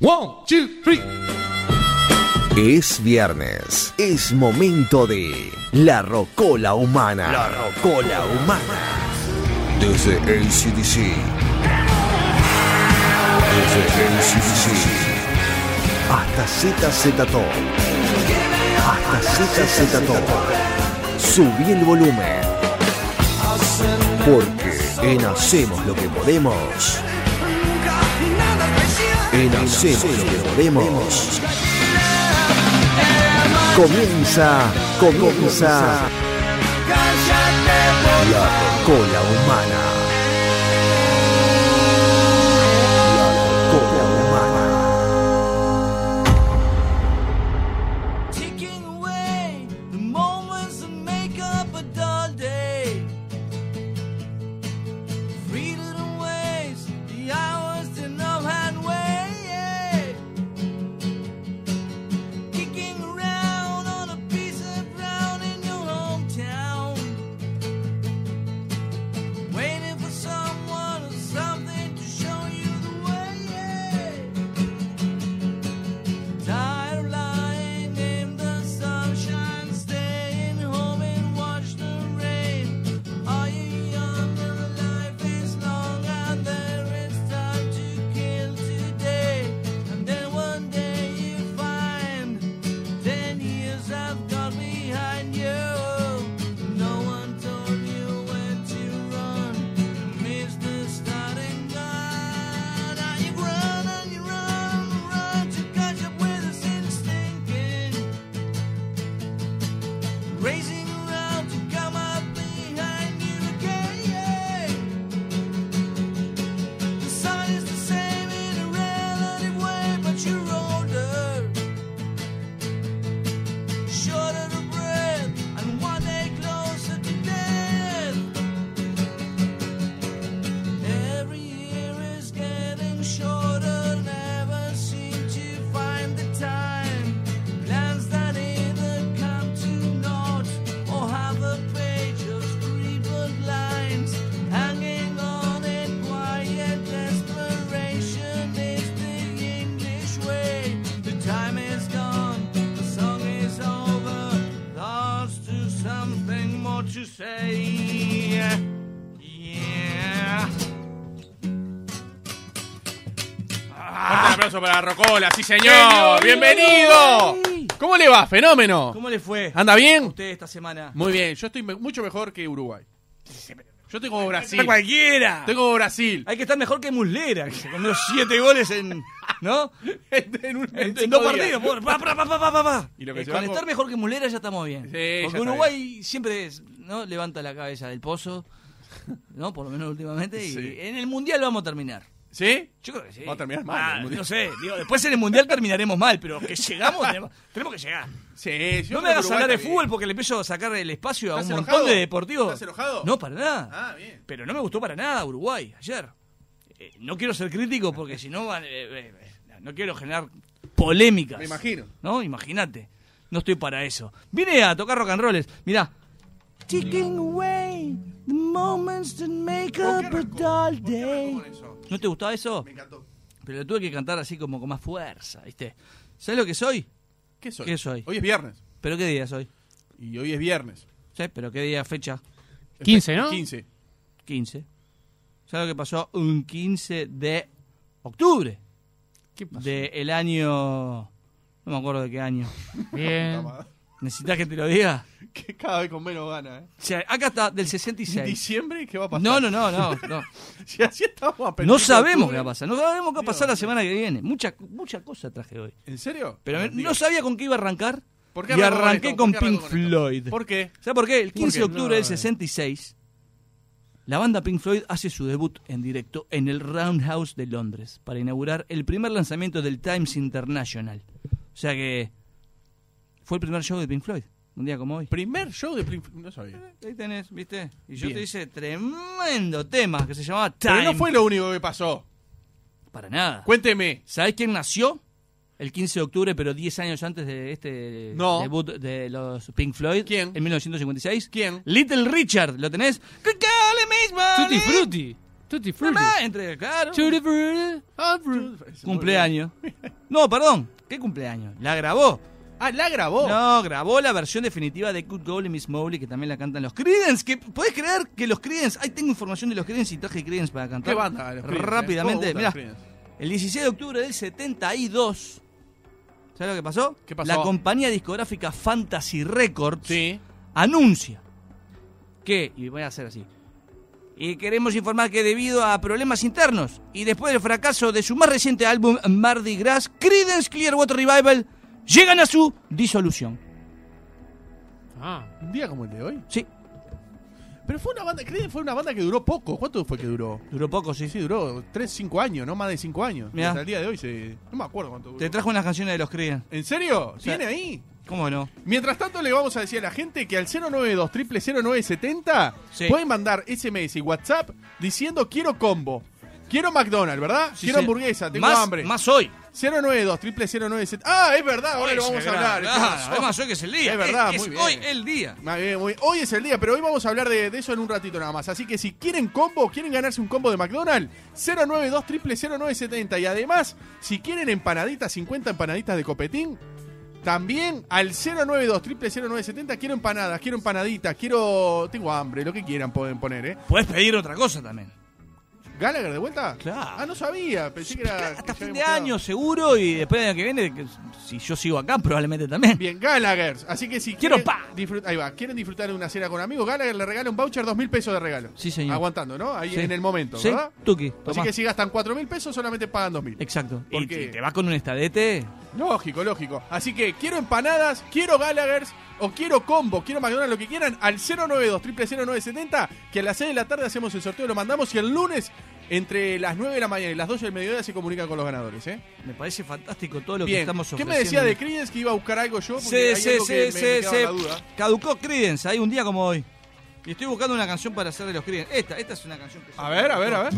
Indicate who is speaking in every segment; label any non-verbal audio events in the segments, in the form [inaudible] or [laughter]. Speaker 1: One, two, three.
Speaker 2: Es viernes, es momento de La Rocola Humana. La Rocola Humana. Desde ACDC. Desde ACDC. Hasta ZZ Top. Hasta ZZ Top. Subí el volumen. Porque en Hacemos lo que podemos. En Hacemos lo que podemos. Comienza, comienza. La cola humana. La cola humana.
Speaker 3: Taking away the moments that make up a dull day. Free little ways, the hours that no hand way. Kicking around on a piece of ground in your hometown. Waiting for someone or something to show you the way. Tired of lying in the sunshine, staying home and watch the rain. Are you young? Your life is long, and there is time to kill today. And then one day you find ten years have gone behind you. No one told you where to run. Missed the starting gun. And you run and you run, run to catch up with us in thinking. Racing around to come up behind you again. The sun is the same in a relative way, but you're older. Short of breath, and one day closer to death. Every year is getting shorter, never seem to find the time. Plans that either come to naught or have a page of scribbled lines. Hanging on in quiet desperation is the English way. The time is gone, the song is over, lost to something more to say. Yeah.
Speaker 4: Un aplauso para Rocola, sí señor. Ah. Bienvenido. ¿Cómo le va? Fenómeno.
Speaker 3: ¿Cómo le fue
Speaker 4: ¿Anda bien?
Speaker 3: usted esta semana?
Speaker 4: Muy bien, yo estoy me- mucho mejor que Uruguay. Yo estoy como Brasil.
Speaker 3: cualquiera!
Speaker 4: Estoy como Brasil.
Speaker 3: Hay que estar mejor que Muslera, que se comió siete goles en.
Speaker 4: [laughs]
Speaker 3: ¿No?
Speaker 4: [laughs] en un- en pues.
Speaker 3: En, en
Speaker 4: Este cinco
Speaker 3: dos
Speaker 4: días.
Speaker 3: partidos. por- pa, pa, pa, pa, pa, pa.
Speaker 4: Y lo que
Speaker 3: Eh,
Speaker 4: se
Speaker 3: con
Speaker 4: va-
Speaker 3: estar mejor que Muslera ya estamos bien.
Speaker 4: Sí, ya
Speaker 3: Porque
Speaker 4: está
Speaker 3: Uruguay siempre es, ¿no? levanta la cabeza del pozo, ¿no? Por lo menos últimamente. Y
Speaker 4: Sí.
Speaker 3: en el mundial vamos a terminar.
Speaker 4: ¿Sí?
Speaker 3: Yo creo que sí.
Speaker 4: Va a terminar mal
Speaker 3: Ah,
Speaker 4: el Mundial.
Speaker 3: no sé. Digo, después en el mundial terminaremos mal, pero que llegamos, tenemos, tenemos que llegar.
Speaker 4: Sí, yo
Speaker 3: no
Speaker 4: creo que
Speaker 3: me hagas
Speaker 4: Uruguay
Speaker 3: hablar de
Speaker 4: está bien.
Speaker 3: fútbol porque le empiezo a sacar el espacio a un
Speaker 4: ¿Estás
Speaker 3: montón
Speaker 4: enojado?
Speaker 3: de deportivos.
Speaker 4: ¿Estás enojado?
Speaker 3: No, para nada.
Speaker 4: Ah, bien.
Speaker 3: Pero no me gustó para nada Uruguay ayer. Eh, no quiero ser crítico porque si no, van- eh, eh, eh, no quiero generar polémicas.
Speaker 4: Me imagino.
Speaker 3: ¿No? Imagínate. No estoy para eso. Vine a tocar rock and rolls. Mirá. Taking away the moments that make
Speaker 4: ¿Por
Speaker 3: up
Speaker 4: qué
Speaker 3: a
Speaker 4: arrancó?
Speaker 3: dull
Speaker 4: ¿Por qué
Speaker 3: day.
Speaker 4: arrancó con eso?
Speaker 3: ¿No te gustaba eso?
Speaker 4: Me encantó.
Speaker 3: Pero lo tuve que cantar así como con más fuerza, ¿viste? ¿Sabes lo que soy?
Speaker 4: ¿Qué soy?
Speaker 3: ¿Qué soy?
Speaker 4: Hoy es viernes.
Speaker 3: ¿Pero qué día soy?
Speaker 4: Y hoy es viernes. Este
Speaker 3: ¿Sí? ¿Pero qué día fecha?
Speaker 5: 15, ¿no?
Speaker 4: 15.
Speaker 3: 15. ¿Sabes lo que pasó? Un 15 de octubre
Speaker 5: ¿Qué pasó?
Speaker 3: del año. No me acuerdo de qué año. Ah.
Speaker 5: Bien.
Speaker 3: ¿Necesitas que te lo diga?
Speaker 4: [laughs] Que cada vez con menos ganas, ¿eh?
Speaker 3: O sea, acá está del
Speaker 4: ¿En
Speaker 3: 66.
Speaker 4: diciembre qué va a pasar?
Speaker 3: No, no, no, no. No,
Speaker 4: [laughs] Si así estamos a
Speaker 3: no
Speaker 4: principios de
Speaker 3: sabemos
Speaker 4: octubre.
Speaker 3: qué va a pasar. No sabemos qué va a pasar la semana que viene. Mucha, mucha cosa traje hoy.
Speaker 4: ¿En serio?
Speaker 3: Pero me-
Speaker 4: Digo,
Speaker 3: no sabía con qué iba a arrancar.
Speaker 4: ¿por qué
Speaker 3: y
Speaker 4: arrancó
Speaker 3: arranqué
Speaker 4: esto?
Speaker 3: con
Speaker 4: ¿Por qué
Speaker 3: Pink
Speaker 4: arrancó con esto?
Speaker 3: Floyd.
Speaker 4: ¿Por qué?
Speaker 3: ¿Sabes por qué? El
Speaker 4: ¿Por
Speaker 3: 15 de
Speaker 4: qué? eh.
Speaker 3: octubre del 66, la banda Pink Floyd hace su debut en directo en el Roundhouse de Londres para inaugurar el primer lanzamiento del Times International. O sea que fue el primer show de Pink Floyd, un día como hoy.
Speaker 4: Primer show de Pink Floyd. No sabía.
Speaker 3: Ahí tenés, ¿viste? Y yo
Speaker 4: Bien.
Speaker 3: te hice tremendo tema que se llamaba Time.
Speaker 4: Pero no fue lo único que pasó.
Speaker 3: Para nada.
Speaker 4: Cuénteme.
Speaker 3: ¿Sabés quién nació? El 15 de octubre, pero 10 años antes de este
Speaker 4: No.
Speaker 3: debut de los Pink Floyd.
Speaker 4: ¿Quién?
Speaker 3: En 1956.
Speaker 4: ¿Quién?
Speaker 3: Little Richard, ¿lo tenés? Que cale mis
Speaker 5: Tutti
Speaker 3: manos.
Speaker 5: Frutti. Tutti Frutti.
Speaker 3: Mamá, entre, claro.
Speaker 5: Tutti Frutti.
Speaker 4: Ah, Cumpleaños.
Speaker 3: Cumpleaños. No, perdón. ¿Qué cumpleaños? La grabó.
Speaker 4: Ah, la grabó.
Speaker 3: No, grabó la versión definitiva de Good Goal y Miss Mowgli, que también la cantan los Creedence. Que, ¿Podés creer que los Creedence? Ahí tengo información de los Creedence y traje Creedence para cantar.
Speaker 4: ¿Qué banda? los Creedence, eh?
Speaker 3: Rápidamente,
Speaker 4: ¿Cómo me
Speaker 3: mira,
Speaker 4: gustan los Creedence?
Speaker 3: el 16 de octubre del 72. ¿Sabes lo que pasó?
Speaker 4: ¿Qué pasó?
Speaker 3: La compañía discográfica Fantasy Records
Speaker 4: Sí.
Speaker 3: anuncia que, y voy a hacer así, y queremos informar que debido a problemas internos y después del fracaso de su más reciente álbum Mardi Gras, Creedence Clearwater Revival llegan a su disolución.
Speaker 5: Ah,
Speaker 4: Un día como el de hoy.
Speaker 3: Sí,
Speaker 4: Pero fue una banda, Creedence fue una banda que duró poco. ¿Cuánto fue que duró?
Speaker 3: duró poco, sí.
Speaker 4: Sí, duró 3, 5 años, no más de 5 años.
Speaker 3: Mirá.
Speaker 4: Hasta el día de hoy se. No me acuerdo cuánto duró.
Speaker 3: Te trajo unas canciones de los Creedence.
Speaker 4: ¿En serio?
Speaker 3: sea-
Speaker 4: ¿Tiene ahí?
Speaker 3: ¿Cómo no?
Speaker 4: Mientras tanto, le vamos a decir a la gente que al 092 0970
Speaker 3: Sí.
Speaker 4: pueden mandar SMS y WhatsApp diciendo quiero combo. Quiero McDonald's, ¿verdad? quiero
Speaker 3: Sí, sí.
Speaker 4: hamburguesa, tengo
Speaker 3: Más-
Speaker 4: hambre.
Speaker 3: Más hoy.
Speaker 4: 092 0970. Ah, es verdad, ahora lo vamos a hablar.
Speaker 3: Ah,
Speaker 4: tenés razón.
Speaker 3: además, hoy que es el día.
Speaker 4: Es verdad, muy bien.
Speaker 3: hoy el día.
Speaker 4: Muy Ah, bien, muy bien. Hoy es el día, pero hoy vamos a hablar de, de eso en un ratito nada más. Así que si quieren combo, quieren ganarse un combo de McDonald's, 092 0970. Y además, si quieren empanaditas, 50 empanaditas de copetín, también al 092 0970. Quiero empanadas, quiero empanaditas, quiero. Tengo hambre, lo que quieran pueden poner, ¿eh?
Speaker 3: Puedes pedir otra cosa también.
Speaker 4: ¿Gallagher de vuelta?
Speaker 3: Claro.
Speaker 4: Ah, no sabía, pensé que era. que
Speaker 3: Hasta
Speaker 4: ya
Speaker 3: fin
Speaker 4: habíamos
Speaker 3: de
Speaker 4: quedado.
Speaker 3: año seguro y después del año que viene, que si yo sigo acá, probablemente también.
Speaker 4: Bien, Gallagher. Así que si
Speaker 3: Quiero
Speaker 4: quieren,
Speaker 3: pa.
Speaker 4: disfrut- ahí va, quieren disfrutar de una cena con amigos, Gallagher le regala un voucher, dos mil pesos de regalo.
Speaker 3: Sí, señor.
Speaker 4: Aguantando, ¿no? Ahí
Speaker 3: Sí.
Speaker 4: en el momento,
Speaker 3: Sí,
Speaker 4: ¿verdad?
Speaker 3: tuqui,
Speaker 4: Así
Speaker 3: tomá.
Speaker 4: que si gastan cuatro mil pesos, solamente pagan dos mil.
Speaker 3: Exacto. Y
Speaker 4: Porque-
Speaker 3: si te vas con un estadete,
Speaker 4: Lógico, lógico. Así que quiero empanadas, quiero Gallaghers o quiero combo, quiero McDonald's, lo que quieran, al 092 0970 que a las 6 de la tarde hacemos el sorteo, lo mandamos y el lunes, entre las 9 de la mañana y las 12 del mediodía, se comunican con los ganadores, ¿eh?
Speaker 3: me parece fantástico todo lo que
Speaker 4: Bien.
Speaker 3: estamos
Speaker 4: ¿Qué
Speaker 3: ofreciendo.
Speaker 4: me decía de Creedence que iba a buscar algo yo? Porque
Speaker 3: Se,
Speaker 4: hay
Speaker 3: se,
Speaker 4: algo
Speaker 3: se,
Speaker 4: que me- me
Speaker 3: se,
Speaker 4: quedaba
Speaker 3: se-
Speaker 4: la duda.
Speaker 3: Caducó Creedence, hay un día como hoy. Y estoy buscando una canción para hacer de los Creedence. Esta, esta es una canción que...
Speaker 4: A ver, a ver, a ver.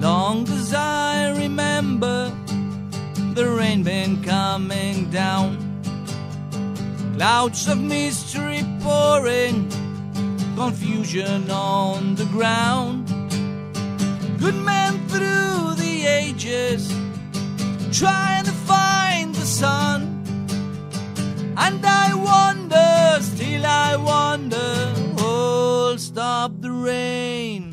Speaker 3: Long as I remember the rain been coming down, clouds of mystery pouring, confusion on the ground. Good men through the ages, trying to find the sun. And I wonder, still I wonder, oh, stop the rain.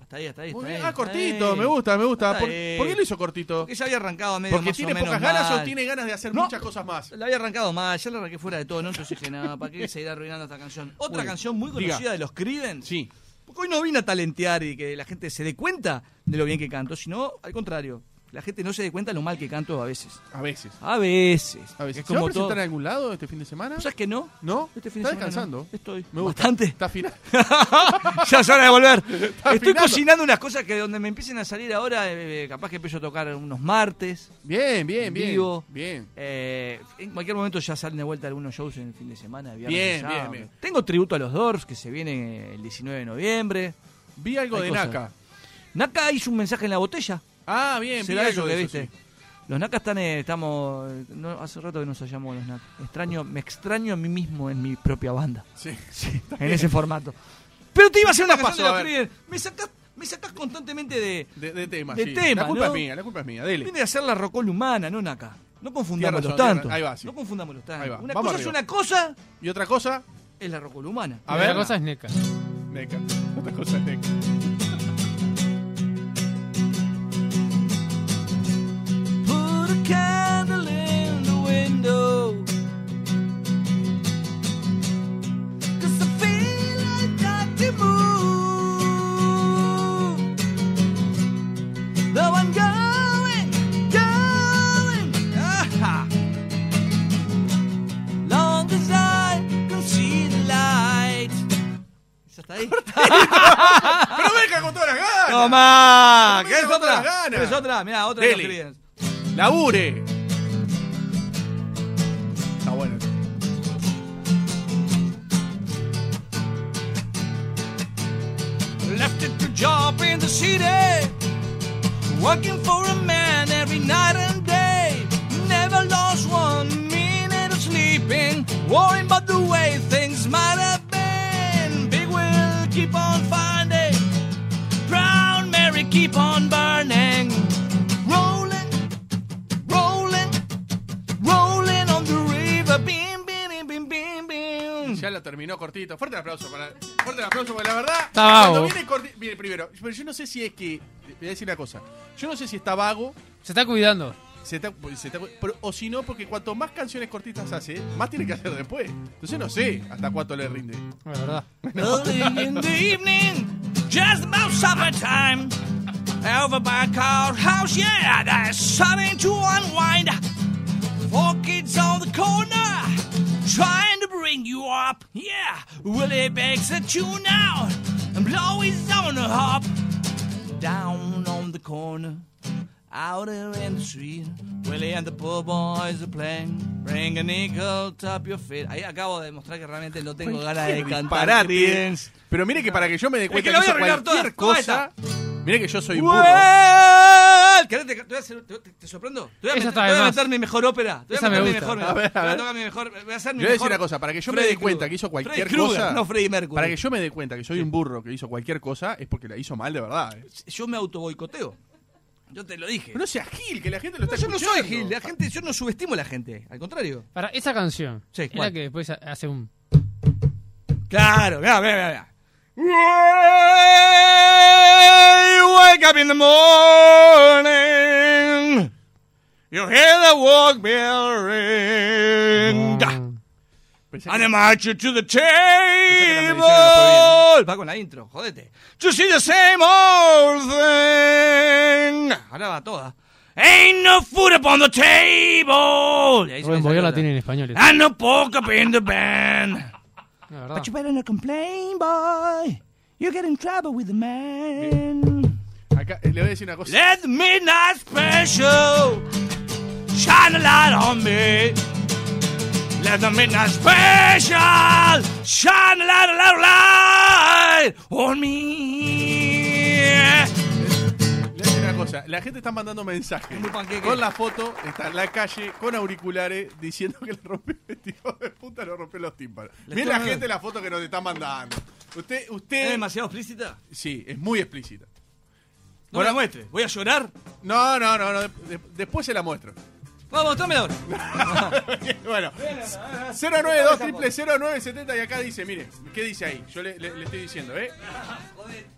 Speaker 3: Hasta ahí, hasta ahí,
Speaker 4: Muy
Speaker 3: está
Speaker 4: bien.
Speaker 3: ahí,
Speaker 4: Ah,
Speaker 3: está
Speaker 4: cortito,
Speaker 3: ahí.
Speaker 4: me gusta, me gusta.
Speaker 3: Está
Speaker 4: ¿Por,
Speaker 3: bien.
Speaker 4: por qué lo hizo cortito?
Speaker 3: Porque ya había arrancado medio
Speaker 4: ¿Porque
Speaker 3: más
Speaker 4: tiene
Speaker 3: o menos
Speaker 4: pocas ganas
Speaker 3: mal.
Speaker 4: o tiene ganas de hacer
Speaker 3: No.
Speaker 4: muchas cosas más?
Speaker 3: La había arrancado mal, ya la arranqué fuera de tono, entonces dije, nada, ¿para qué seguir arruinando esta canción? Otra
Speaker 4: Bueno,
Speaker 3: canción muy conocida
Speaker 4: diga.
Speaker 3: de los Creedence.
Speaker 4: Sí.
Speaker 3: Porque hoy no vine a talentear y que la gente se dé cuenta de lo bien que canto, sino al contrario, la gente no se dé cuenta de lo mal que canto a veces.
Speaker 4: A veces.
Speaker 3: A veces.
Speaker 4: A veces.
Speaker 3: Es
Speaker 4: ¿Se va a
Speaker 3: como
Speaker 4: presentar
Speaker 3: todo.
Speaker 4: en algún lado este fin de semana?
Speaker 3: ¿Sabes que no? [laughs]
Speaker 4: ¿No?
Speaker 3: Este fin de
Speaker 4: ¿Está
Speaker 3: semana
Speaker 4: descansando?
Speaker 3: no. Estoy.
Speaker 4: Me gusta.
Speaker 3: Bastante.
Speaker 4: Está final.
Speaker 3: ya es hora de volver. Estoy
Speaker 4: afinando.
Speaker 3: cocinando unas cosas que donde me empiecen a salir ahora, eh, capaz que empiezo a tocar unos martes.
Speaker 4: Bien, bien,
Speaker 3: En
Speaker 4: bien.
Speaker 3: vivo.
Speaker 4: Bien.
Speaker 3: Eh, en cualquier momento ya salen de vuelta algunos shows en el fin de semana. viernes
Speaker 4: Bien,
Speaker 3: y sábado.
Speaker 4: bien, bien.
Speaker 3: Tengo tributo a los Dors que se viene el 19 de noviembre.
Speaker 4: Vi algo
Speaker 3: Hay
Speaker 4: de
Speaker 3: cosas.
Speaker 4: Naka.
Speaker 3: Naka hizo un mensaje en la botella.
Speaker 4: Ah, bien, vi
Speaker 3: ¿Será
Speaker 4: algo
Speaker 3: eso que
Speaker 4: de
Speaker 3: viste?
Speaker 4: sí.
Speaker 3: Los Naka están, eh, estamos, no, hace rato que no se llamó los Naka. Extraño, me extraño a mí mismo en mi propia banda, [laughs]
Speaker 4: Sí.
Speaker 3: en ese formato. Pero te iba a hacer una
Speaker 4: Paso,
Speaker 3: canción de
Speaker 4: a
Speaker 3: los
Speaker 4: ver.
Speaker 3: Creedence. Me sacás, me sacás constantemente de,
Speaker 4: De, de tema,
Speaker 3: De
Speaker 4: sí.
Speaker 3: tema,
Speaker 4: La culpa es
Speaker 3: ¿no?
Speaker 4: mía, la culpa es mía. Dele.
Speaker 3: Viene de hacer la rocola humana, no Naka. No confundamos los
Speaker 4: razón, tiene
Speaker 3: tantos.
Speaker 4: razón. Ahí va, sí.
Speaker 3: No confundamos los
Speaker 4: Ahí
Speaker 3: tantos.
Speaker 4: va.
Speaker 3: Una
Speaker 4: Vamos
Speaker 3: cosa es
Speaker 4: arriba.
Speaker 3: una cosa,
Speaker 4: ¿Y otra cosa?
Speaker 3: es la rocola humana.
Speaker 4: A
Speaker 5: Y
Speaker 4: ver.
Speaker 5: La cosa es NECA.
Speaker 4: Neka. Otra cosa es Neka.
Speaker 3: Put a candle in the window. Cause I feel I got to move. Though I'm going, going. ah-ha. Long as I can see the light. ¿Ya [laughs] está ahí?
Speaker 4: ¡Pero
Speaker 3: Ah.
Speaker 4: venga con todas las ganas!
Speaker 3: ¡Toma!
Speaker 4: No me
Speaker 3: ¿Querés
Speaker 4: quedo con
Speaker 3: otra?
Speaker 4: las ganas.
Speaker 3: ¿Querés otra? Mirá, otra de los
Speaker 4: Dele.
Speaker 3: Creedence.
Speaker 4: ¡Labure! Está bueno.
Speaker 3: Left it to job in the city, working for a man every night and day. Never lost one minute of sleeping, worrying about the way things.
Speaker 4: Ya la terminó cortito. Fuerte el aplauso para. Fuerte el aplauso, porque la verdad.
Speaker 5: Está vago.
Speaker 4: Cuando viene corti- Mire, primero. Pero yo no sé si es que. Voy a decir una cosa. Yo no sé si está vago.
Speaker 5: Se está cuidando.
Speaker 4: se está- pues, se está- pero- o si no, porque cuanto más canciones cortitas hace, más tiene que hacer después. Entonces no sé hasta cuánto le rinde.
Speaker 3: [laughs]
Speaker 5: La verdad.
Speaker 3: Early in the evening, just about supper time. Over by Carl's house, yeah, there's something to unwind. Four kids on the corner, trying to bring you up. Yeah, Willie bakes a tune out and blow his own hop. Down on the corner, out here in the street, Willie and the poor boys are playing. Bring a nickel, tap your feet. Ahí acabo de demostrar que realmente no tengo ganas de cantar. bien.
Speaker 4: Pero mire que para que yo me dé
Speaker 3: que
Speaker 4: cuenta
Speaker 3: la voy a
Speaker 4: hizo
Speaker 3: arreglar
Speaker 4: cualquier
Speaker 3: toda,
Speaker 4: cosa. Mire que yo soy burro.
Speaker 3: ¡Well! ¿Querés te, te, voy a hacer- te- te- te sorprendo? Te voy a,
Speaker 5: Esa
Speaker 3: meter,
Speaker 5: está
Speaker 3: te
Speaker 5: de
Speaker 3: voy a
Speaker 5: más.
Speaker 3: meter mi mejor ópera. Te voy
Speaker 5: Esa
Speaker 3: a
Speaker 5: me
Speaker 3: meter mi
Speaker 5: gusta.
Speaker 3: mejor.
Speaker 4: A ver, a
Speaker 3: te voy
Speaker 4: ver.
Speaker 3: tocar mi mejor. Voy a hacer mi
Speaker 4: Yo voy a decir
Speaker 3: mejor-
Speaker 4: una cosa, para que yo me
Speaker 3: Freddy
Speaker 4: dé cuenta
Speaker 3: Krueger.
Speaker 4: que hizo cualquier
Speaker 3: Freddy Krueger,
Speaker 4: cosa.
Speaker 3: No Freddy Mercury.
Speaker 4: Para que yo me dé cuenta que soy un burro que hizo cualquier cosa es porque la hizo mal de verdad. ¿eh?
Speaker 3: yo me autoboicoteo. Yo te lo dije.
Speaker 4: Pero no seas Gil, que la gente lo
Speaker 3: No,
Speaker 4: está
Speaker 3: yo no
Speaker 4: escuchando.
Speaker 3: soy Gil. La gente, yo no subestimo a la gente. Al contrario.
Speaker 5: Para esa canción.
Speaker 3: Sí,
Speaker 5: es
Speaker 3: ¿cuál?
Speaker 5: la que después ha- hace un.
Speaker 3: Claro, mira, mira, mira. Wake up in the morning. You hear the walk bell ring.
Speaker 4: Ah, Pensé que-
Speaker 3: And I march you to the
Speaker 4: que la medicina
Speaker 3: table. Va con la intro, jodete. To see the same old thing. Ahora va toda. Ain't no food upon the table. Y ahí se me sale
Speaker 5: Rubén Boyola
Speaker 3: otra.
Speaker 5: tiene en español. esa,
Speaker 3: And no pork up in the band.
Speaker 5: La verdad.
Speaker 3: You better not complain, boy. You get in trouble with the man.
Speaker 4: Acá, eh, le voy a decir una cosa.
Speaker 3: Let the midnight special shine a light on me. Let the midnight special shine a light, a light, a light on me.
Speaker 4: Le voy a decir una cosa. La gente está mandando mensajes
Speaker 3: Un panqueque.
Speaker 4: con la foto, está en la calle, con auriculares, diciendo que le rompió el vestido de puta, le rompió los tímpanos.
Speaker 3: Le
Speaker 4: Miren
Speaker 3: estoy
Speaker 4: la
Speaker 3: mandando-
Speaker 4: gente la foto que nos está mandando. Usted,
Speaker 3: Eh.
Speaker 4: usted.
Speaker 3: explícita?
Speaker 4: Sí, es muy explícita.
Speaker 3: No me la muestre. ¿Voy a llorar?
Speaker 4: No, no, no, no, de- de- después se la muestro.
Speaker 3: Vamos, trámela ahora.
Speaker 4: [laughs] bueno, 092 triple 0970 y acá dice, mire, ¿qué dice ahí? Yo le, le- le estoy diciendo, ¿eh?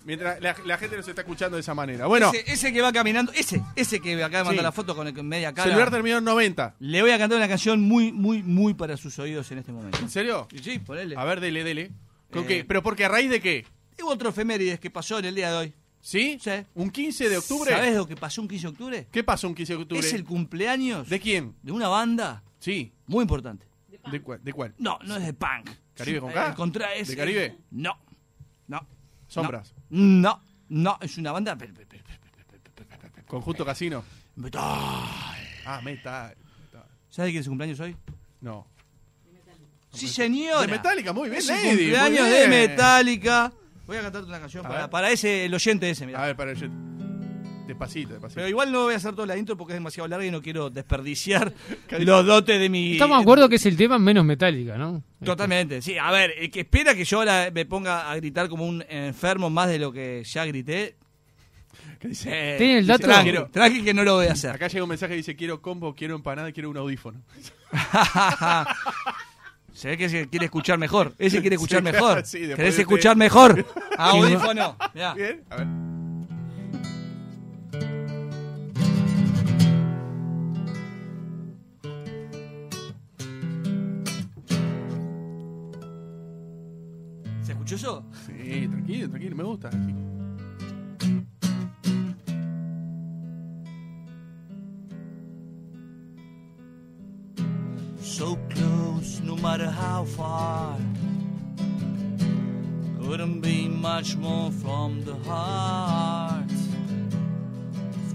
Speaker 4: Mientras la, la gente nos está escuchando de esa manera. Bueno,
Speaker 3: Ese, ese que va caminando, ese, ese que acaba de mandar
Speaker 4: Sí.
Speaker 3: la foto con el, con media cara.
Speaker 4: celular terminó en 90.
Speaker 3: Le voy a cantar una canción muy, muy, muy para sus oídos en este momento.
Speaker 4: ¿En serio?
Speaker 3: Y Sí, ponele.
Speaker 4: A ver, dele, dele. ¿Con
Speaker 3: Eh.
Speaker 4: qué? ¿Pero porque a raíz de qué?
Speaker 3: Tengo otro efemérides que pasó en el día de hoy.
Speaker 4: ¿Sí?
Speaker 3: Sí.
Speaker 4: ¿Un 15 de octubre?
Speaker 3: ¿Sabés lo que pasó un 15 de octubre?
Speaker 4: ¿Qué pasó un 15 de octubre?
Speaker 3: Es el cumpleaños
Speaker 4: ¿De quién?
Speaker 3: de una banda
Speaker 4: Sí.
Speaker 3: muy importante.
Speaker 4: ¿De cuál? ¿De cuál?
Speaker 3: No, no es de punk.
Speaker 4: ¿Caribe con
Speaker 3: Eh,
Speaker 4: K?
Speaker 3: al contra- es-
Speaker 4: ¿De Caribe?
Speaker 3: No. No.
Speaker 4: Sombras.
Speaker 3: No. No, es una banda. pero- pero- pero- pero-
Speaker 4: Conjunto Casino.
Speaker 3: metal.
Speaker 4: Ah, metal.
Speaker 3: ¿Sabés quién es su cumpleaños hoy?
Speaker 4: No.
Speaker 3: Sí, señor.
Speaker 4: De Metallica, muy bien,
Speaker 3: Es el
Speaker 4: Lady, muy
Speaker 3: cumpleaños de
Speaker 4: bien.
Speaker 3: Metallica. Voy a cantarte una canción
Speaker 4: A
Speaker 3: para,
Speaker 4: ver.
Speaker 3: para ese, el oyente ese, mirá.
Speaker 4: A ver, para yo. Despacito,
Speaker 3: Pero
Speaker 4: despacito.
Speaker 3: igual no voy a hacer toda la intro porque es demasiado larga y no quiero [laughs] desperdiciar los dotes de mi.
Speaker 5: Estamos de acuerdo que es el tema menos metálica, ¿no?
Speaker 3: Totalmente, sí. A ver, el que espera que yo ahora me ponga a gritar como un enfermo más de lo que ya grité.
Speaker 4: ¿Qué dice?
Speaker 3: eh,
Speaker 5: ¿Tiene el dato?
Speaker 3: Tranqui, tranqui que no lo voy a hacer. [laughs]
Speaker 4: Acá llega un mensaje que dice: Quiero combo, quiero empanada, quiero un audífono.
Speaker 3: Se ve que ese quiere escuchar mejor. Ese quiere escuchar
Speaker 4: Sí, [laughs]
Speaker 3: mejor.
Speaker 4: sí, después
Speaker 3: ¿Querés
Speaker 4: de este- [laughs]
Speaker 3: escuchar mejor? Audífono. Mirá.
Speaker 4: Bien, a ver.
Speaker 3: ¿Se escuchó eso?
Speaker 4: Sí, tranquilo, tranquilo, me gusta. Sí.
Speaker 3: So close, no matter how far. Couldn't be much more from the heart.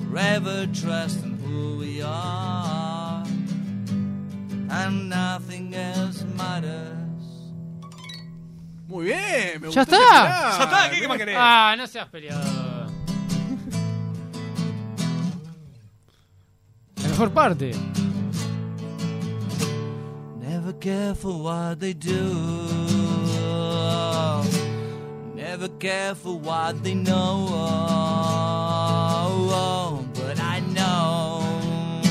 Speaker 3: Forever trusting who we are. And nothing else matters.
Speaker 4: Muy bien, me gustó
Speaker 5: ¡Ya
Speaker 4: ese
Speaker 5: está!
Speaker 4: final.
Speaker 3: Ya está, ¿qué- qué más querés?
Speaker 5: Ah, no
Speaker 3: [laughs]
Speaker 5: seas peleado. La mejor parte.
Speaker 3: Never care for what they do. Never care for what they know. But I know.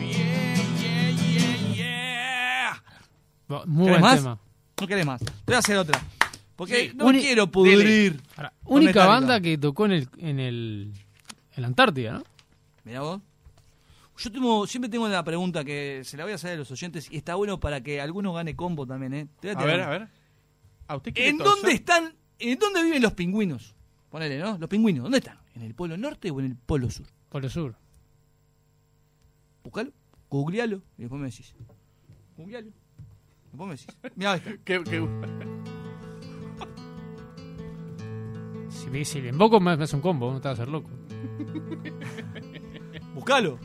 Speaker 3: Yeah, yeah, yeah, yeah.
Speaker 5: Muy
Speaker 3: ¿Querés
Speaker 5: buen
Speaker 3: más?
Speaker 5: tema.
Speaker 3: No querés más. Te voy a hacer otra. Porque no
Speaker 5: Uni-
Speaker 3: quiero pudrir.
Speaker 5: Ahora,
Speaker 3: Con
Speaker 5: única
Speaker 3: Metallica.
Speaker 5: banda que tocó en el en el en la Antártida, ¿no?
Speaker 3: Mirá vos. Yo tengo, siempre tengo la pregunta que se la voy a hacer a los oyentes y está bueno para que algunos gane combo también, ¿eh? Te voy
Speaker 4: A
Speaker 3: tirar
Speaker 4: ver,
Speaker 3: una.
Speaker 4: a ver. ¿A usted quiere
Speaker 3: ¿En
Speaker 4: torcer?
Speaker 3: dónde están? ¿En dónde viven los pingüinos? Ponele, ¿no? Los pingüinos, ¿dónde están? ¿En el polo norte o en el polo sur?
Speaker 5: Polo Sur.
Speaker 3: Buscalo, googlealo y después me decís. Googlealo. Después me decís. Mirá, ahí está.
Speaker 4: ¿Qué- qué-
Speaker 5: Si, me- si le invoco me, me hace un combo, no te vas a hacer loco.
Speaker 3: Buscalo.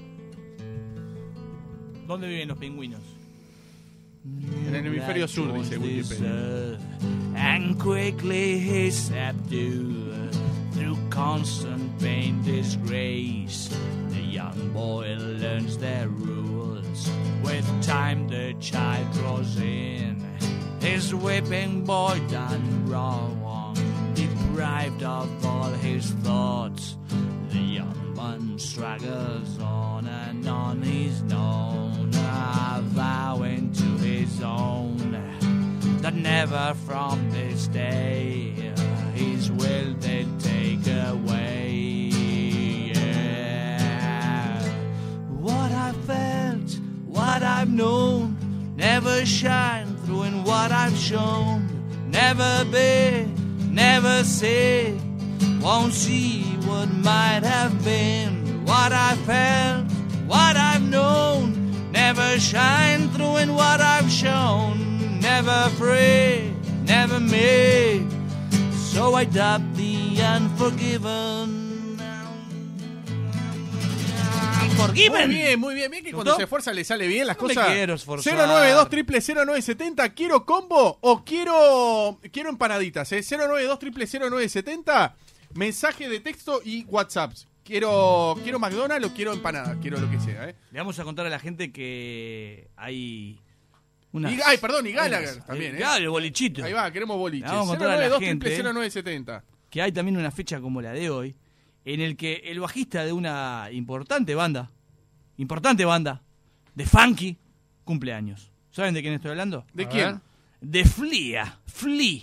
Speaker 3: ¿Dónde viven los pingüinos?
Speaker 4: En el hemisferio sur, dice Wikipedia.
Speaker 6: and quickly he subdued through constant pain disgrace the young boy learns their rules with time the child draws in his whipping boy done wrong deprived of all his thoughts the young one struggles on and on he's known vowing to his own that never from this day uh, his will they take away. Yeah. What I felt, what I've known, never shine through in what I've shown. Never be, never say, won't see what might have been. What I felt, what I've known, never shine through in what I've shown. Never free, never me. So I dubbed the unforgiven.
Speaker 4: Muy
Speaker 6: Unforgiven.
Speaker 4: bien, muy bien. Bien que cuando
Speaker 3: ¿Gustó?
Speaker 4: se esfuerza le sale bien las
Speaker 3: No me
Speaker 4: cosas.
Speaker 3: quiero esforzar.
Speaker 4: 092 triple 0970. ¿Quiero combo o quiero quiero empanaditas? Eh? 092 triple 0970. Mensaje de texto y WhatsApp. Quiero quiero McDonald's o quiero empanadas. Quiero lo que sea. Eh.
Speaker 3: Le vamos a contar a la gente que hay una.
Speaker 4: Y, ay, perdón, y Gallagher también. Eh.
Speaker 3: Claro, el bolichito.
Speaker 4: Ahí va, queremos boliches.
Speaker 3: Le vamos a contar a la
Speaker 4: 092
Speaker 3: gente, eh.
Speaker 4: 0970.
Speaker 3: que hay también una fecha como la de hoy, en el que el bajista de una importante banda, importante banda, de funky, cumple años. ¿Saben de quién estoy hablando?
Speaker 4: ¿De
Speaker 5: A
Speaker 4: quién?
Speaker 5: ver.
Speaker 3: De Flia, Flea.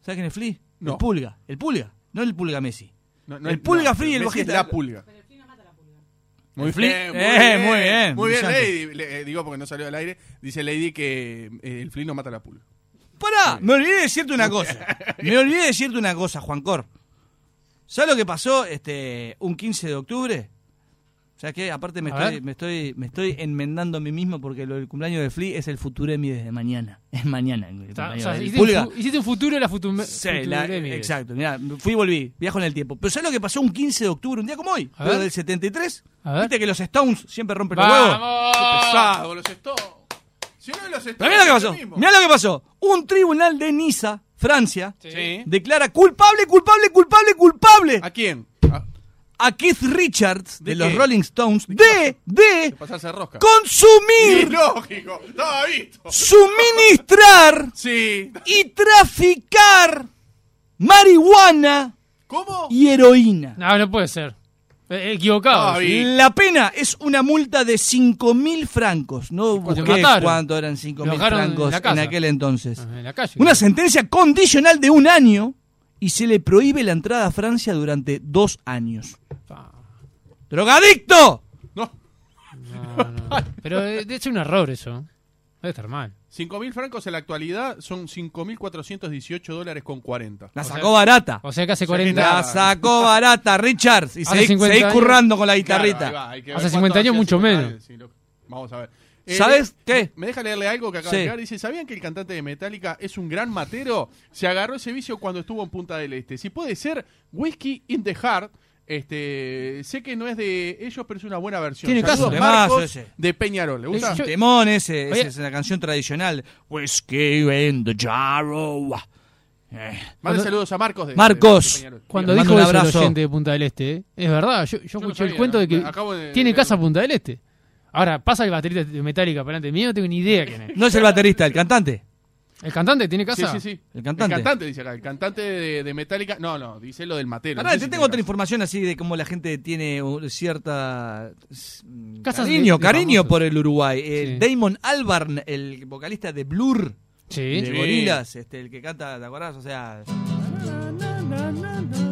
Speaker 3: ¿Saben quién es Flea?
Speaker 4: No.
Speaker 3: El Pulga, el Pulga, no el Pulga Messi.
Speaker 4: No,
Speaker 3: El Pulga Free, el
Speaker 4: Messi es
Speaker 3: bajista.
Speaker 4: La pulga. Muy,
Speaker 3: Free-
Speaker 4: bien,
Speaker 3: Eh, muy bien,
Speaker 4: Muy bien,
Speaker 3: brillante.
Speaker 4: Lady. Le- eh, digo porque no salió al aire. Dice Lady que eh, el Flea no mata a la pulga.
Speaker 3: Pará, me olvidé de decirte una
Speaker 5: [laughs]
Speaker 3: cosa. Me olvidé de decirte una cosa, Juan Cor. ¿Sabes lo que pasó este un 15 de octubre? O sea que aparte me
Speaker 5: A
Speaker 3: estoy,
Speaker 5: ver.
Speaker 3: me estoy me estoy enmendando a mí mismo porque lo del cumpleaños de Flea es el Futuremi desde mañana. [laughs] Es mañana el
Speaker 5: Está- o
Speaker 3: cumpleaños
Speaker 5: sea,
Speaker 3: del
Speaker 5: hiciste, un
Speaker 3: Pulga.
Speaker 5: fu- hiciste un futuro y la futu-
Speaker 3: Sí, la-
Speaker 5: futuremia.
Speaker 3: exacto, mirá, fui y volví, viajo en el tiempo. Pero ¿sabes lo que pasó un 15 de octubre, un día como hoy?
Speaker 5: A
Speaker 3: Pero
Speaker 5: ver.
Speaker 3: del 73.
Speaker 5: A ver.
Speaker 3: ¿Viste que los Stones siempre rompen los huevos?
Speaker 5: ¡Vamos!
Speaker 4: pesado, los Stones. Si uno de los Stones.
Speaker 3: ¡Oh! Pero mirá lo que
Speaker 4: es
Speaker 3: pasó.
Speaker 4: el mismo.
Speaker 3: Mirá lo que pasó. Un tribunal de Niza, Francia,
Speaker 4: Sí.
Speaker 3: declara culpable, culpable, culpable, culpable
Speaker 4: ¿A quién? A-
Speaker 3: a Keith Richards de,
Speaker 4: ¿De
Speaker 3: los
Speaker 4: qué?
Speaker 3: Rolling Stones de, de
Speaker 4: de pasarse rosca. Sí,
Speaker 3: consumir,
Speaker 4: lógico. Estaba visto.
Speaker 3: suministrar
Speaker 4: Sí.
Speaker 3: y traficar marihuana
Speaker 4: ¿Cómo?
Speaker 3: y heroína.
Speaker 5: No, no puede ser. Eh, equivocado.
Speaker 4: Ah,
Speaker 5: sí.
Speaker 4: vi.
Speaker 3: La pena es una multa de 5 mil francos. No busqué
Speaker 5: mataron.
Speaker 3: cuánto eran 5
Speaker 5: Lo
Speaker 3: mil
Speaker 5: dejaron en
Speaker 3: francos
Speaker 5: la
Speaker 3: en,
Speaker 5: casa.
Speaker 3: aquel entonces.
Speaker 5: Ah, En la calle.
Speaker 3: Una sentencia condicional de un año y se le prohíbe la entrada a Francia durante dos años.
Speaker 5: Pa,
Speaker 3: ¡Drogadicto!
Speaker 4: No.
Speaker 5: no, no. Pero eh, de hecho es un error eso. Debe estar mal.
Speaker 4: 5.000 francos en la actualidad son 5.418 dólares con 40.
Speaker 3: La
Speaker 5: O sea-
Speaker 3: sacó barata.
Speaker 5: O sea que
Speaker 4: sea
Speaker 5: hace
Speaker 4: que
Speaker 5: 40
Speaker 3: La sacó barata, Richards. Y
Speaker 5: Hace
Speaker 3: seguís
Speaker 5: 50
Speaker 3: seguís
Speaker 5: años.
Speaker 3: currando con la
Speaker 4: Claro,
Speaker 3: guitarrita.
Speaker 4: ahí va, hay que ver
Speaker 5: Hace
Speaker 4: cuánto
Speaker 5: 50 años
Speaker 4: hacía
Speaker 5: mucho
Speaker 4: 50
Speaker 5: menos.
Speaker 4: años, sí, lo- Vamos a ver. Eh,
Speaker 3: ¿Sabes qué?
Speaker 4: Me deja leerle algo que acaba de
Speaker 3: Sí.
Speaker 4: llegar. Dice, ¿sabían que el cantante de Metallica es un gran matero? Se agarró ese vicio cuando estuvo en Punta del Este. Si puede ser Whiskey in the Heart, este, sé que no es de ellos, pero es una buena versión.
Speaker 3: Tiene
Speaker 4: Saludos,
Speaker 3: caso.
Speaker 4: Marcos
Speaker 3: Temazo ese.
Speaker 4: de Peñarol. ¿Le gusta?
Speaker 5: Eh, yo-
Speaker 3: Temón ese, esa
Speaker 5: Oye.
Speaker 3: es la canción tradicional. Whiskey in the jarro. Eh,
Speaker 4: Mande
Speaker 5: cuando-
Speaker 4: saludos a Marcos de,
Speaker 3: Marcos.
Speaker 4: de Peñarol.
Speaker 5: Cuando
Speaker 3: Le mando
Speaker 5: dijo
Speaker 3: un
Speaker 5: eso el
Speaker 3: abrazo.
Speaker 5: oyente de Punta del Este, ¿eh? es verdad, yo, yo
Speaker 4: no
Speaker 5: escuché
Speaker 4: sabía,
Speaker 5: el cuento de que
Speaker 4: me acabo de-
Speaker 5: tiene
Speaker 4: de-
Speaker 5: casa Punta del Este. Ahora, pasa el baterista de Metallica para delante mío, no tengo ni idea quién es.
Speaker 3: No es el baterista, el cantante.
Speaker 5: ¿El cantante tiene
Speaker 4: Sí,
Speaker 5: casa?
Speaker 4: sí, sí.
Speaker 3: El cantante.
Speaker 4: El cantante, dice acá. El cantante de, de Metallica. No, no, dice lo del matero. No
Speaker 3: Pará,
Speaker 4: sé
Speaker 3: Ah, te
Speaker 4: si
Speaker 3: tengo otra
Speaker 4: tiene
Speaker 3: información así de cómo la gente tiene uh, cierta. mm,
Speaker 5: Casas
Speaker 3: cariño,
Speaker 5: de- de
Speaker 3: cariño
Speaker 5: famosos.
Speaker 3: por el Uruguay. Eh,
Speaker 5: Sí.
Speaker 3: Damon Albarn, el vocalista de Blur,
Speaker 5: Sí.
Speaker 3: de
Speaker 4: Sí.
Speaker 3: Gorilas, este, el que canta, ¿te acordás? O sea.
Speaker 4: casa.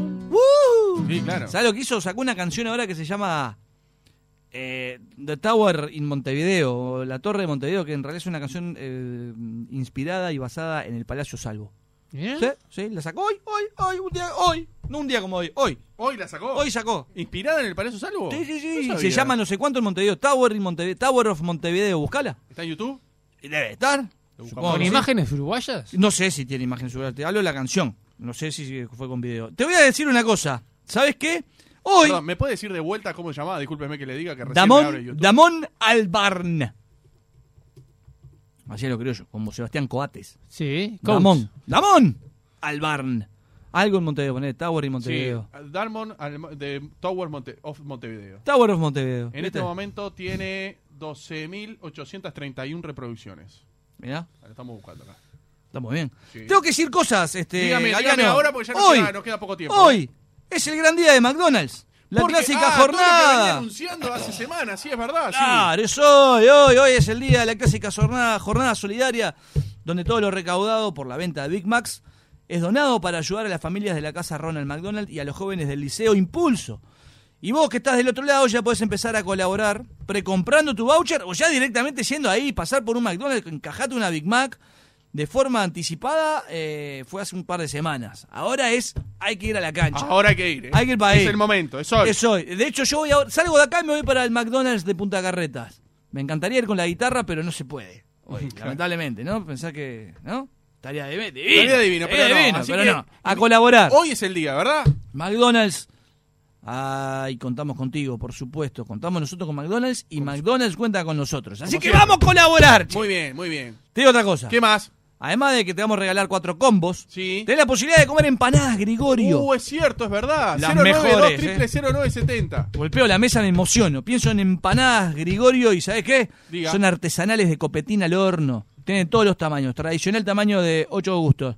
Speaker 4: Sí, claro.
Speaker 3: ¿Sabes lo que hizo? Sacó una canción ahora que se llama eh, The Tower in Montevideo, o La Torre de Montevideo, que en realidad es una canción eh, inspirada y basada en el Palacio Salvo.
Speaker 5: Bien.
Speaker 3: ¿Sí? ¿Sí? La sacó hoy, hoy, hoy, un día, hoy. No un día como hoy, hoy.
Speaker 4: Hoy la
Speaker 5: Oh.
Speaker 4: sacó.
Speaker 3: Hoy sacó.
Speaker 4: ¿Inspirada en el Palacio Salvo?
Speaker 3: Sí, sí,
Speaker 4: No
Speaker 3: sí.
Speaker 4: sabía.
Speaker 3: se llama no sé cuánto en Montevideo, Tower, in Montevideo, Tower of Montevideo, buscala.
Speaker 4: ¿Está en YouTube?
Speaker 3: Y Debe estar.
Speaker 4: Lo buscamos.
Speaker 3: Supongo
Speaker 5: ¿Con
Speaker 3: que sí.
Speaker 5: imágenes uruguayas?
Speaker 3: No sé si tiene imagen suya, te hablo de la canción. No sé si fue con video. Te voy a decir una cosa. ¿Sabes qué? Hoy,
Speaker 4: Perdón, ¿me puede decir de vuelta cómo se llamaba? Discúlpeme que le diga que recién me abre
Speaker 3: Damón,
Speaker 4: YouTube.
Speaker 3: Damón Albarn. Así lo creo yo, como Sebastián Coates.
Speaker 5: Sí. coach.
Speaker 3: Damón. Damón Albarn. Algo en Montevideo, poné Tower y
Speaker 4: Sí,
Speaker 3: Montevideo.
Speaker 4: Darmon al- de Tower Monte- of Montevideo.
Speaker 3: Tower of Montevideo.
Speaker 4: En
Speaker 3: ¿viste?
Speaker 4: este momento tiene 12.831 reproducciones.
Speaker 3: Mirá,
Speaker 4: Lo estamos buscando acá.
Speaker 3: estamos bien.
Speaker 4: Sí.
Speaker 3: Tengo que decir cosas, este.
Speaker 4: Dígame, dígame
Speaker 3: Galeano.
Speaker 4: ahora porque ya nos
Speaker 3: hoy,
Speaker 4: queda- nos queda poco tiempo.
Speaker 3: Hoy es el gran día de McDonald's. La
Speaker 4: Porque-
Speaker 3: clásica
Speaker 4: ah, todo lo que venía
Speaker 3: jornada.
Speaker 4: anunciando hace semanas, sí, es verdad. Ah, sí.
Speaker 3: Claro, es hoy, hoy, hoy es el día de la clásica jornada, jornada solidaria, donde todo lo recaudado por la venta de Big Macs es donado para ayudar a las familias de la casa Ronald McDonald y a los jóvenes del Liceo Impulso. Y vos que estás del otro lado ya podés empezar a colaborar precomprando tu voucher o ya directamente siendo ahí, pasar por un McDonald's, encajate una Big Mac de forma anticipada, eh, fue hace un par de semanas. Ahora es, hay que ir a la cancha.
Speaker 4: Ahora hay que ir. ¿eh?
Speaker 3: Hay que ir para ahí.
Speaker 4: Es el momento, es hoy.
Speaker 3: Es hoy. De hecho, yo voy ahora- salgo de acá y me voy para el McDonald's de Punta Carretas. Me encantaría ir con la guitarra, pero no se puede.
Speaker 4: [laughs]
Speaker 3: Hoy, lamentablemente, ¿no? Pensá que. ¿No? Estaría de divino.
Speaker 4: Estaría divino, pero no. Así
Speaker 3: pero
Speaker 4: que-
Speaker 3: no. A colaborar.
Speaker 4: Hoy es el día, ¿verdad?
Speaker 3: McDonald's. Ay, contamos contigo, por supuesto. Contamos nosotros con McDonald's y McDonald's cuenta con nosotros. Así
Speaker 4: Como
Speaker 3: que
Speaker 4: siempre.
Speaker 3: vamos a colaborar. che.
Speaker 4: Muy bien, muy bien.
Speaker 3: Te digo otra cosa.
Speaker 4: ¿Qué más?
Speaker 3: Además de que te vamos a regalar cuatro combos,
Speaker 4: Sí.
Speaker 3: tenés la posibilidad de comer empanadas, Gregorio.
Speaker 4: Uh, es cierto, es verdad.
Speaker 3: Las
Speaker 4: 092
Speaker 3: mejores, ¿eh?
Speaker 4: 0970.
Speaker 3: Golpeo la mesa, me emociono. Pienso en empanadas, Grigorio y ¿sabes qué?
Speaker 4: Diga.
Speaker 3: Son artesanales de copetín al horno. Tienen todos los tamaños. Tradicional tamaño de 8 gustos.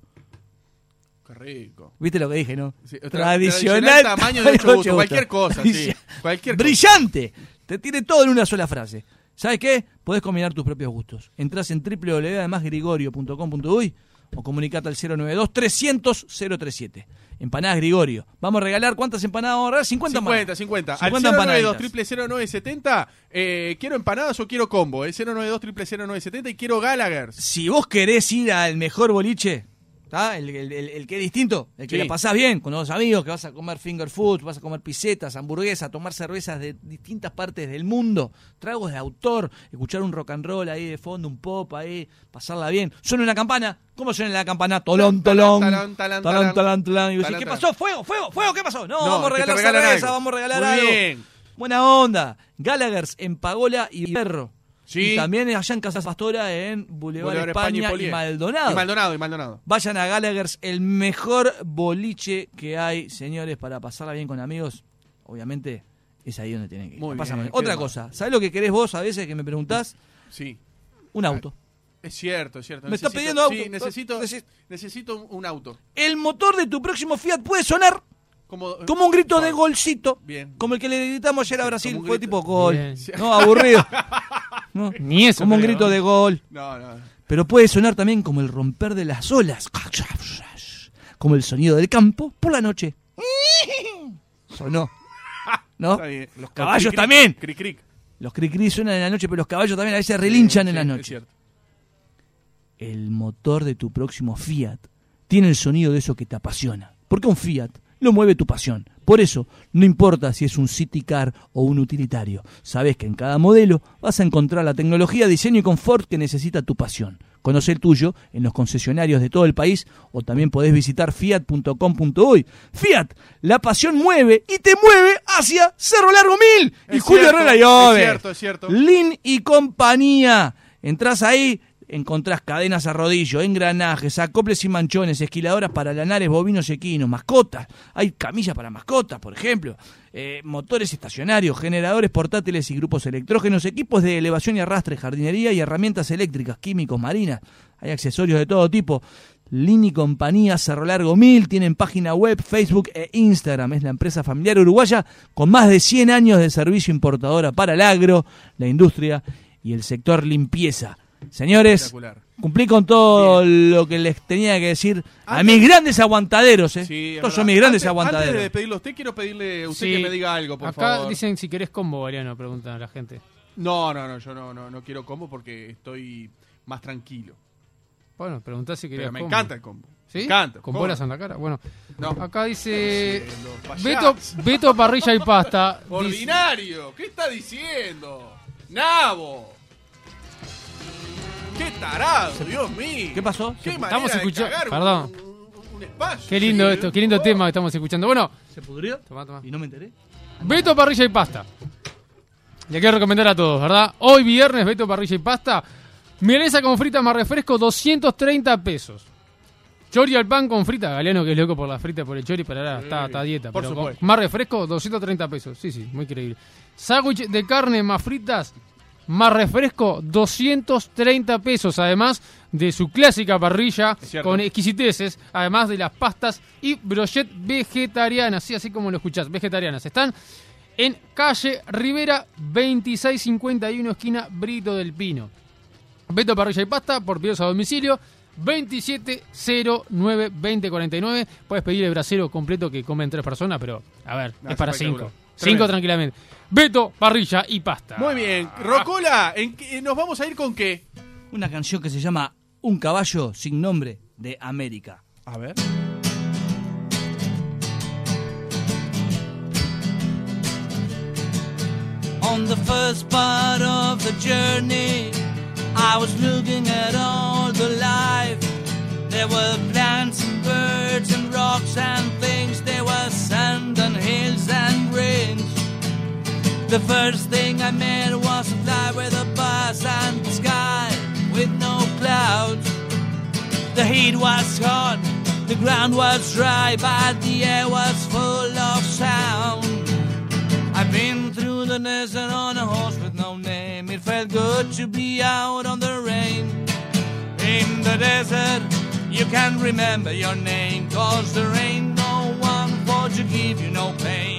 Speaker 4: Qué rico.
Speaker 3: ¿Viste lo que dije, no?
Speaker 4: Sí, tra- tradicional tamaño de ocho gustos, cualquier cosa, sí, cualquier cosa.
Speaker 3: Brillante. Te tiene todo en una sola frase. ¿Sabes qué? Podés combinar tus propios gustos. Entrás en www.ademásgrigorio.com.uy o comunicate al 092 300 037. Empanadas Grigorio. Vamos a regalar cuántas empanadas vamos a regalar? 50
Speaker 4: 50,
Speaker 3: empanadas.
Speaker 4: 50.
Speaker 3: 50
Speaker 4: Al 092
Speaker 3: empanaditas.
Speaker 4: 0970, eh, quiero empanadas o quiero combo. eh, El 092 0970 y quiero Gallagher.
Speaker 3: si vos querés ir al mejor boliche, ¿tá? El, el- el- el que es distinto, el que
Speaker 4: Sí.
Speaker 3: la pasás bien con los amigos, que vas a comer finger food, vas a comer pisetas, hamburguesas, tomar cervezas de distintas partes del mundo, tragos de autor, escuchar un rock and roll ahí de fondo, un pop ahí, pasarla bien. Suena una campana, ¿cómo suena la campana? Tolón, tolón,
Speaker 4: Talán, talán,
Speaker 3: talán,
Speaker 4: talán.
Speaker 3: talán, talán. Y vos
Speaker 4: Talán,
Speaker 3: decís, ¿qué
Speaker 4: talán.
Speaker 3: pasó? ¿Fuego, fuego, fuego? ¿Qué pasó? No,
Speaker 4: No,
Speaker 3: vamos a
Speaker 4: que te
Speaker 3: regalar
Speaker 4: regalan
Speaker 3: cerveza,
Speaker 4: algo.
Speaker 3: vamos a regalar
Speaker 4: Muy
Speaker 3: algo.
Speaker 4: bien.
Speaker 3: Buena onda. Gallagher's en Pagola y Perro.
Speaker 4: Sí.
Speaker 3: Y también allá en Casas Pastora, en Boulevard,
Speaker 4: Bolívar,
Speaker 3: España, y,
Speaker 4: Polié.
Speaker 3: Maldonado.
Speaker 4: Y Maldonado, y Maldonado.
Speaker 3: Vayan a Gallagher's, el mejor boliche que hay, señores, para pasarla bien con amigos. Obviamente es ahí donde tienen que ir.
Speaker 4: Muy
Speaker 3: La pasan
Speaker 4: bien,
Speaker 3: bien. Otra
Speaker 4: qué
Speaker 3: cosa, ¿sabés lo que querés vos a veces que me preguntás?
Speaker 4: Sí.
Speaker 3: Un auto.
Speaker 4: Es cierto, es cierto.
Speaker 3: Me está
Speaker 4: Necesito-
Speaker 3: pidiendo auto.
Speaker 4: Sí, necesito,
Speaker 3: Neces-
Speaker 4: necesito un, un auto.
Speaker 3: El motor de tu próximo Fiat puede sonar
Speaker 4: Como,
Speaker 3: como un grito de
Speaker 4: Ah,
Speaker 3: golcito.
Speaker 4: Bien.
Speaker 3: Como el que le gritamos ayer a Brasil.
Speaker 4: como un
Speaker 3: Fue
Speaker 4: grito.
Speaker 3: tipo gol.
Speaker 5: Bien.
Speaker 3: No,
Speaker 4: [laughs]
Speaker 3: aburrido. No,
Speaker 5: Ni eso.
Speaker 3: Como un
Speaker 5: creo.
Speaker 3: grito de gol.
Speaker 4: No, no.
Speaker 3: Pero puede sonar también como el romper de las olas, como el sonido del campo por la noche. Sonó. ¿No?
Speaker 4: Está bien.
Speaker 3: Los caballos
Speaker 4: Cric, cric,
Speaker 3: también.
Speaker 4: Cric, cric.
Speaker 3: Los cri-cri suenan en la noche, pero los caballos también a veces relinchan
Speaker 4: Sí,
Speaker 3: en la
Speaker 4: es
Speaker 3: noche.
Speaker 4: cierto.
Speaker 3: El motor de tu próximo Fiat tiene el sonido de eso que te apasiona. Porque un Fiat lo mueve tu pasión. Por eso, no importa si es un city car o un utilitario, sabes que en cada modelo vas a encontrar la tecnología, diseño y confort que necesita tu pasión. Conoce el tuyo en los concesionarios de todo el país o también podés visitar fiat.com.uy. Fiat, la pasión mueve y te mueve hacia Cerro Largo 1000 y
Speaker 4: Es
Speaker 3: Julio
Speaker 4: cierto,
Speaker 3: Herrera y Ove.
Speaker 4: es cierto, es cierto.
Speaker 3: Lin y compañía. Entrás ahí, encontrás cadenas a rodillo, engranajes, acoples y manchones, esquiladoras para lanares, bovinos y equinos, mascotas. Hay camillas para mascotas, por ejemplo. eh, motores estacionarios, generadores portátiles y grupos electrógenos, equipos de elevación y arrastre, jardinería y herramientas eléctricas, químicos, marinas. Hay accesorios de todo tipo. Lini Compañía Cerro Largo 1000 tienen página web, Facebook e Instagram. Es la empresa familiar uruguaya con más de 100 años de servicio importadora para el agro, la industria y el sector limpieza. Señores,
Speaker 4: Espectacular.
Speaker 3: cumplí con todo lo que les tenía que decir a
Speaker 4: Antes-
Speaker 3: mis grandes aguantaderos. ¿eh?
Speaker 4: Sí, es
Speaker 3: Estos
Speaker 4: verdad.
Speaker 3: son mis grandes
Speaker 4: Antes-
Speaker 3: aguantaderos.
Speaker 4: Antes de pedirlo a usted, quiero pedirle a usted
Speaker 5: Sí.
Speaker 4: que me diga algo, por
Speaker 5: Acá
Speaker 4: favor.
Speaker 5: dicen si querés combo, Mariano, preguntan a la gente.
Speaker 4: No, no, no, yo no, no, no quiero combo porque estoy más tranquilo.
Speaker 5: Bueno, preguntá si querés
Speaker 4: Pero me
Speaker 5: combo.
Speaker 4: encanta el combo.
Speaker 5: ¿Sí?
Speaker 4: Me encanta.
Speaker 5: Con
Speaker 4: ¿Cómo?
Speaker 5: bolas en la cara. Bueno,
Speaker 4: No.
Speaker 5: acá dice...
Speaker 4: Sí, los payasos.
Speaker 5: Beto, Beto Parrilla y Pasta. dice-
Speaker 4: Ordinario, ¿qué está diciendo? Nabo. Qué tarado, Dios mío.
Speaker 3: ¿Qué pasó?
Speaker 4: Qué
Speaker 3: Se-
Speaker 4: manera
Speaker 5: estamos
Speaker 4: de
Speaker 5: escucha-
Speaker 4: cagar un-
Speaker 5: perdón.
Speaker 4: un- un espacio,
Speaker 5: Qué lindo
Speaker 4: sí,
Speaker 5: esto, qué lindo
Speaker 4: oh.
Speaker 5: tema que estamos escuchando. Bueno,
Speaker 3: ¿Se pudrió?
Speaker 5: Tomá,
Speaker 4: Ah.
Speaker 5: tomá.
Speaker 3: ¿Y no me enteré?
Speaker 5: Beto Parrilla y Pasta. Le quiero recomendar a todos, ¿verdad? Hoy viernes, Beto Parrilla y Pasta. Milanesa con frita más refresco, 230 pesos. Chori al pan con frita. Galeano que es loco por la frita, por el chori, pero ahora está, está a dieta.
Speaker 4: por
Speaker 5: pero
Speaker 4: supuesto.
Speaker 5: con- más refresco, 230 pesos. Sí, sí, muy creíble. Sándwich de carne más fritas, más refresco, 230 pesos. Además de su clásica parrilla
Speaker 4: Es cierto.
Speaker 5: con exquisiteces, además de las pastas y brochet vegetarianas. Sí, así como lo escuchás, vegetarianas. Están en calle Rivera 2651, esquina Brito del Pino. Beto Parrilla y Pasta por pedidos a domicilio 2709-2049. Puedes pedir el brasero completo que comen tres personas, pero a ver,
Speaker 4: No,
Speaker 5: es
Speaker 4: es
Speaker 5: para
Speaker 4: espectacular.
Speaker 5: cinco. Cinco
Speaker 4: Tremendo.
Speaker 5: tranquilamente. Beto Parrilla y Pasta.
Speaker 4: Muy bien, Rocola, ¿en qué- nos vamos a ir con qué?
Speaker 3: Una canción que se llama Un caballo sin nombre de América.
Speaker 4: A ver.
Speaker 3: On the first part of the journey, I was looking at all the life. There were plants and birds and rocks and things. There were sand and hills and rains. The first thing I met was a fly with a buzz and sky with no clouds. The heat was hot, the ground was dry, but the air was full of sound. I've been through the desert on a horse with no name. It felt good to be out on the rain. In the desert, you can remember your name, cause there ain't no one for to give you no pain.